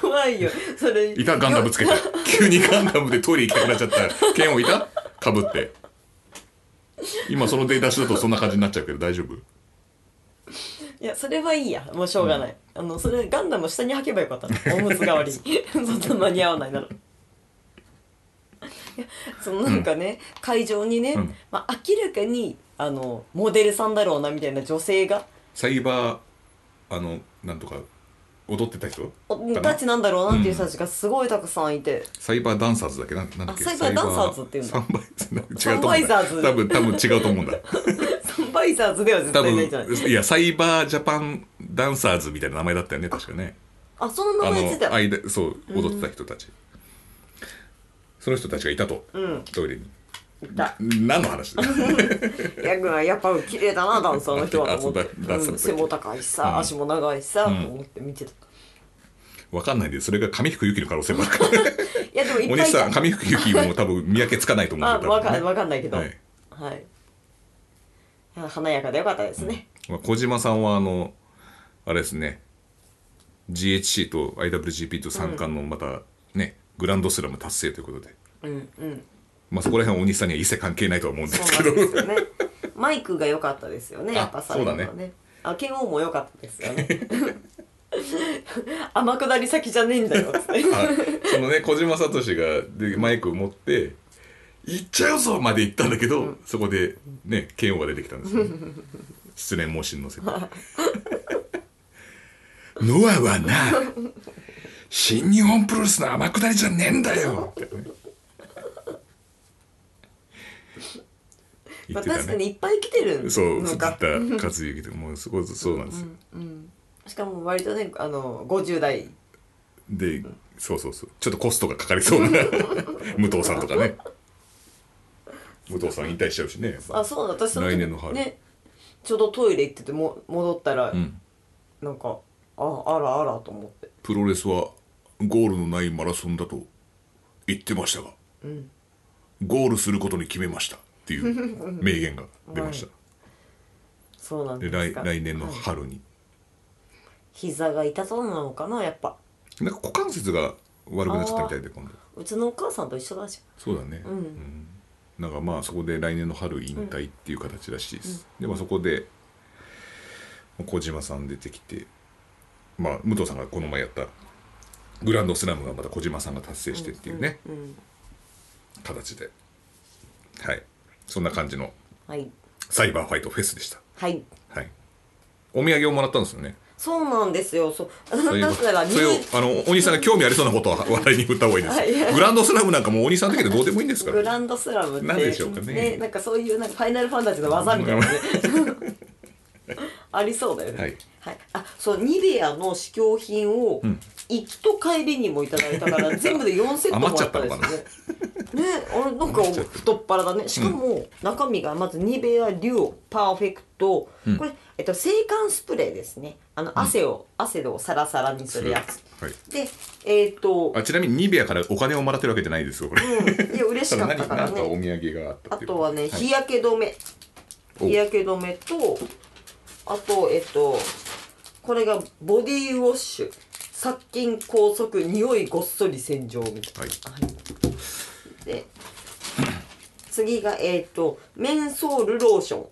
怖いよそれ
いたガンダム つけて急にガンダムでトイレ行きたくなっちゃった剣をいたかぶって今そのデータしだとそんな感じになっちゃうけど大丈夫
いやそれはいいやもうしょうがない、あのそれガンダム下に履けばよかったのおむつ代わりにそんな間に合わないならいやそのなんかね、会場にね、
うん
まあ、明らかにあのモデルさんだろうなみたいな女性が
サイバーあのなんとか踊ってた人
お
か
た
な
ちなんだろうなっていう人たちがすごいたくさんいて、
サイバーダンサーズだっけなんなんだっけ
あサイバーダンサーズっていうの
サンバイ
サ
違う
ン
と
バ
思
イ
うん
ザ
だ
ーズ
多分多分違うと思うんだ
サンバイザーズでは絶
多
対
分
ないんじゃない
いやサイバージャパンダンサーズみたいな名前だったよね確かね
あその
あ
名前ついてた
の間そう踊ってた人たち、その人たちがいたと、トイレに
いた
何の 話だ
ヤグはやっぱ綺麗だなダンサーの人はと思って
あ、そうだダンサー
うん、背も高いしさ、
うん
足も長いしさ、と思って見てた
わかんないんでそれが上福ゆきの可能性もあるから
いやでもいっ
お
ぱい
西
いた
さん上福ゆきも多分見分けつかないと思う
あ、
んだ
わ
多分
か
ね
わかんないけど。
は
はいい。華やかでよかったですね。
まあ、小島さんはあのあれですね GHC と IWGP と三冠のまたね、グランドスラム達成ということで、
うん、うん、
まあ、そこら辺は大西さんには一切関係ないとは思うんです
そう
け
なん
ど
ですよね。マイクが良かったですよね
あ
やっぱ最後のね
そう
あ剣王も良かったですよね 天下り先じゃねえん だよつって
あそのね小島聡がでマイクを持って「行っちゃうぞ!」まで行ったんだけど、そこでね剣王が出てきたんですよ、ね、失恋盲信の世界 ノアはな新日本プロレスの天下りじゃねえんだ よってね言
ま
っ
あ、
てたね
確かにいっぱい来てる
そう
の
藤
か
田克之でもうそこそうなんですよ、
しかも割とねあの50代
でそうそうそうちょっとコストがかかりそう な武藤さんとかね武藤さん引退しちゃうしね
あそうだ私そ時
来年の春
ねちょうどトイレ行ってても戻ったら、
ん
なんかああらあらと思って
プロレスはゴールのないマラソンだと言ってましたが、ゴールすることに決めましたって いう名言が出ました、
そうなんで
です来
か
来年の
はい
春に、
膝が痛そうなのかなやっぱ
なんか股関節が悪くなっちゃったみたいで今度
うちのお母さんと一緒だし
そうだね、うんなんかまあそこで来年の春引退っていう形らしいです、でまあそこで小島さん出てきてまあ武藤さんがこの前やったグランドスラムがまた小島さんが達成してっていうね、形ではいそんな感じの
はい
サイバーファイトフェスでした
はい
はいお土産をもらったんですよね
そうなんですよそう
そういう
だ
こと
から
それを
2
あのお兄さんが興味ありそうなことは話題に振った方がいいです、
はい
グランドスラムなんかもうお兄さんだけでどうでもいいんですから
グランドスラムって
なんでしょうかね
なんかそういうなんかファイナルファンタジーの技みたいなねありそうだよね
はい、
あそうニベアの試供品を行きと帰りにもいただいた から、全部で4セットもらったんですよね
余っ
ねあれなんか太っ腹だねしかも中身がまずニベアデュオパーフェクト、これ、えっと、制汗スプレーですねあの汗を、汗をサラサラにするやつ
はい
でえっ、と
あちなみにニベアからお金をもらってるわけじゃないですよこれ、
うんいや嬉しかっ た
何
から
何かお
ね
土産があった
あ
っていう
とはね
い
日焼け止め、
お
日焼け止めとあとえっとこれがボディウォッシュ殺菌拘束匂いごっそり洗浄みた
は
い
い
なで次がえっとメンソールローショ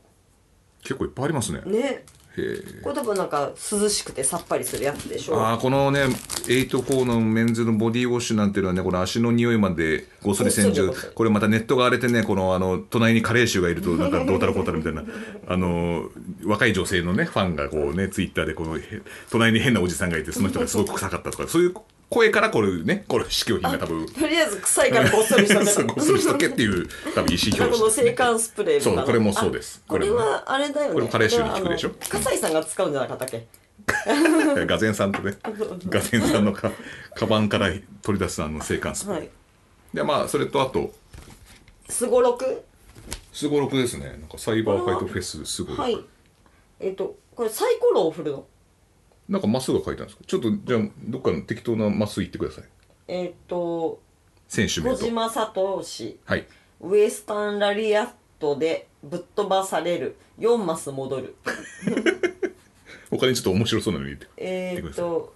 結構いっぱいありますね
ンね
へえ
これ多分なんか涼しくてさっぱりするやつでしょ
あーこのね8コーのメンズのボディウォッシュなんていうのはねこの足の匂いまでごっそり洗
ご
浄
っそりごっそり
これまたネットが荒れてねこのあの隣に加齢臭がいるとなんかどうたらこうたらみたいな あの若い女性のねファンがこうねツイッターでこのへ隣に変なおじさんがいてその人がすごく臭かったとかそういう声からこれねこれ試供品が多分
とりあえず臭いからごっそりしたんだ
そうごっそりしとけって いう多分意思表
あこの
示
制汗スプレーみたいな
そうこれもそうです
あこれ
これも
はあれだよね
これも加齢臭に効くでしょ
これはあの笠井さんが使うんじゃなかったっけ
ガゼンさんと ね、ガゼンさんのか、カバンから取り出すあの青函スプレー
はい
で、まあ、それとあと、
すごろく
すごろくですね。なんかサイバーファイトフェス、すごろく。
はいえっ、とこれサイコロを振るの
なんかマスが書いてあるんですかちょっと、じゃあ、どっかの適当なマス行ってください。
えっ、と
選手名
小
と。
島聡氏
はい。
ウエスタンラリアットでぶっ飛ばされる4マス戻る
他にちょっと面白そうなの言って。
え
言
っ
ってく
と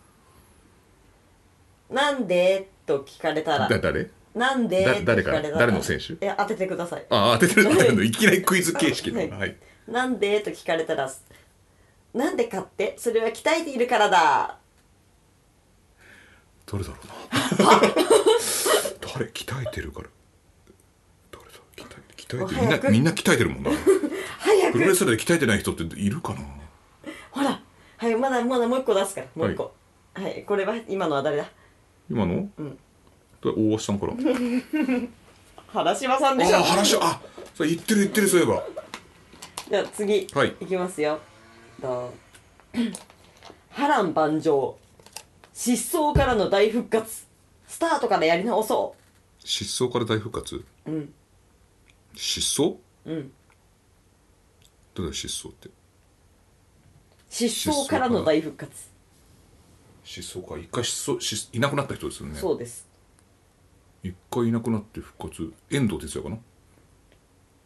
なんでと聞かれた
だ
ら
誰
なんで
だ
と
誰
聞
か
かれたら
誰の選手
いや当ててください
あ、当ててる、当ててるの。いきなりクイズ形式の。
はい
はい。
なんでと聞かれたらなんでかってそれは鍛えているからだ
どれだろうな。 誰鍛えてるから。誰だ鍛え鍛えてる。みんな、みんな鍛えてるもんな。
早
プ
く
ロレスラーで鍛えてない人っているかな
ほらはいまだまだもう一個出すからもう一個
は
はい、これは今のは誰だ
今の、
ん
だ大橋さんからあ
原島さんでしょ
あ話あそれ言ってる言ってるそういえば
じゃあ次、
はい
いきますよと 波乱万丈失踪からの大復活スタートからやり直そ
失踪から大復活
ううん
失踪
うん
どうだ失踪って
失踪からの大復活
失踪か一回失踪失いなくなった人ですよね
そうです
一回いなくなって復活遠藤哲也かな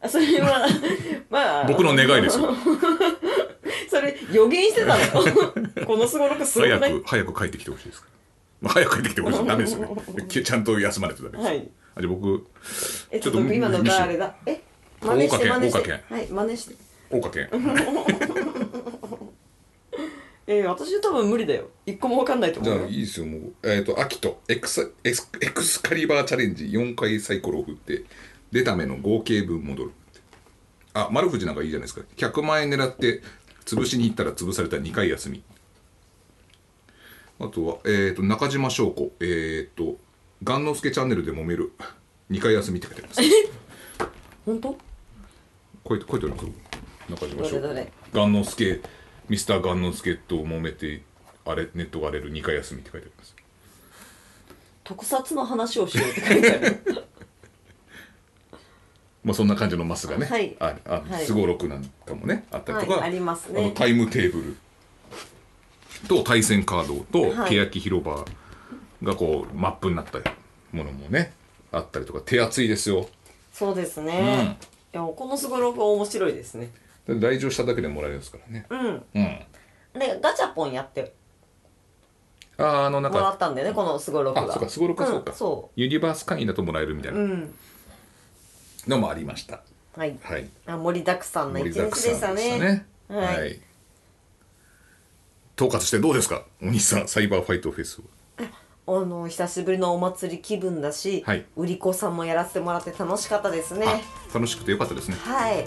あそれ はまあ
僕の願いですよ
それ予言してたの このすごろくすご
早
くない
く早く帰ってきてほしいですからまあ早く帰ってきてほし いダメですよねきちゃんと休まれてダメです、
はい
あじゃあ僕
え
ち
ち
ょっ
ょっ
と
と今の
見せて
誰だえ真似し
大
て
岡
真
県
似し
大
て
岡
はい真似して
大岡県
えー、私は多分無理だよ一個も分かんないと
じ
思
ゃあ
うよ
いいですよもうえっ、と秋とエクサエクスエクスカリバーチャレンジ4回サイコロを振って出た目の合計分戻るあ丸藤なんかいいじゃないですか100万円狙って潰しに行ったら潰された2回休みあとは、えっと中島翔子えっ、と「雁之助チャンネルで揉める」2回休みって書いてあります
本当
こうやって書いてあります中島翔
どれどれ
子雁之助ミスター雁之助と揉めてあれネットが荒れる2回休みって書いてあります
特撮の話をしようって書いてある
まあそんな感じのマスがね、
はい
ああ
はい
すごろくなんかもねあったりとか、
はいありますね
あのタイムテーブルと対戦カードと
はい
欅広場がこうマップになったものもねあったりとか手厚いですよ
そうですね、いやこのすごろくは面白いですね
で来場しただけでもらえるんですからね
うん
うん
でガチャポンやって
あーあのなん
もらっ
か
たんだよねこのすごろく
あ
が
そうかすごろくはそうか、
ん、そ
ユニバース会員だともらえるみたいうな
うん
のもありました、
はい
はい
あ盛りだくさんな一
盛り
日
だ
で
くさん
し
でした
た
ね
ね
は、
はいい
統括してどうですかお兄さんサイバーファイトフェスを
あの久しぶりのお祭り気分だし、
はい
売り子さんもやらせてもらって楽しかったですね
あ楽しくてよかったですね
はい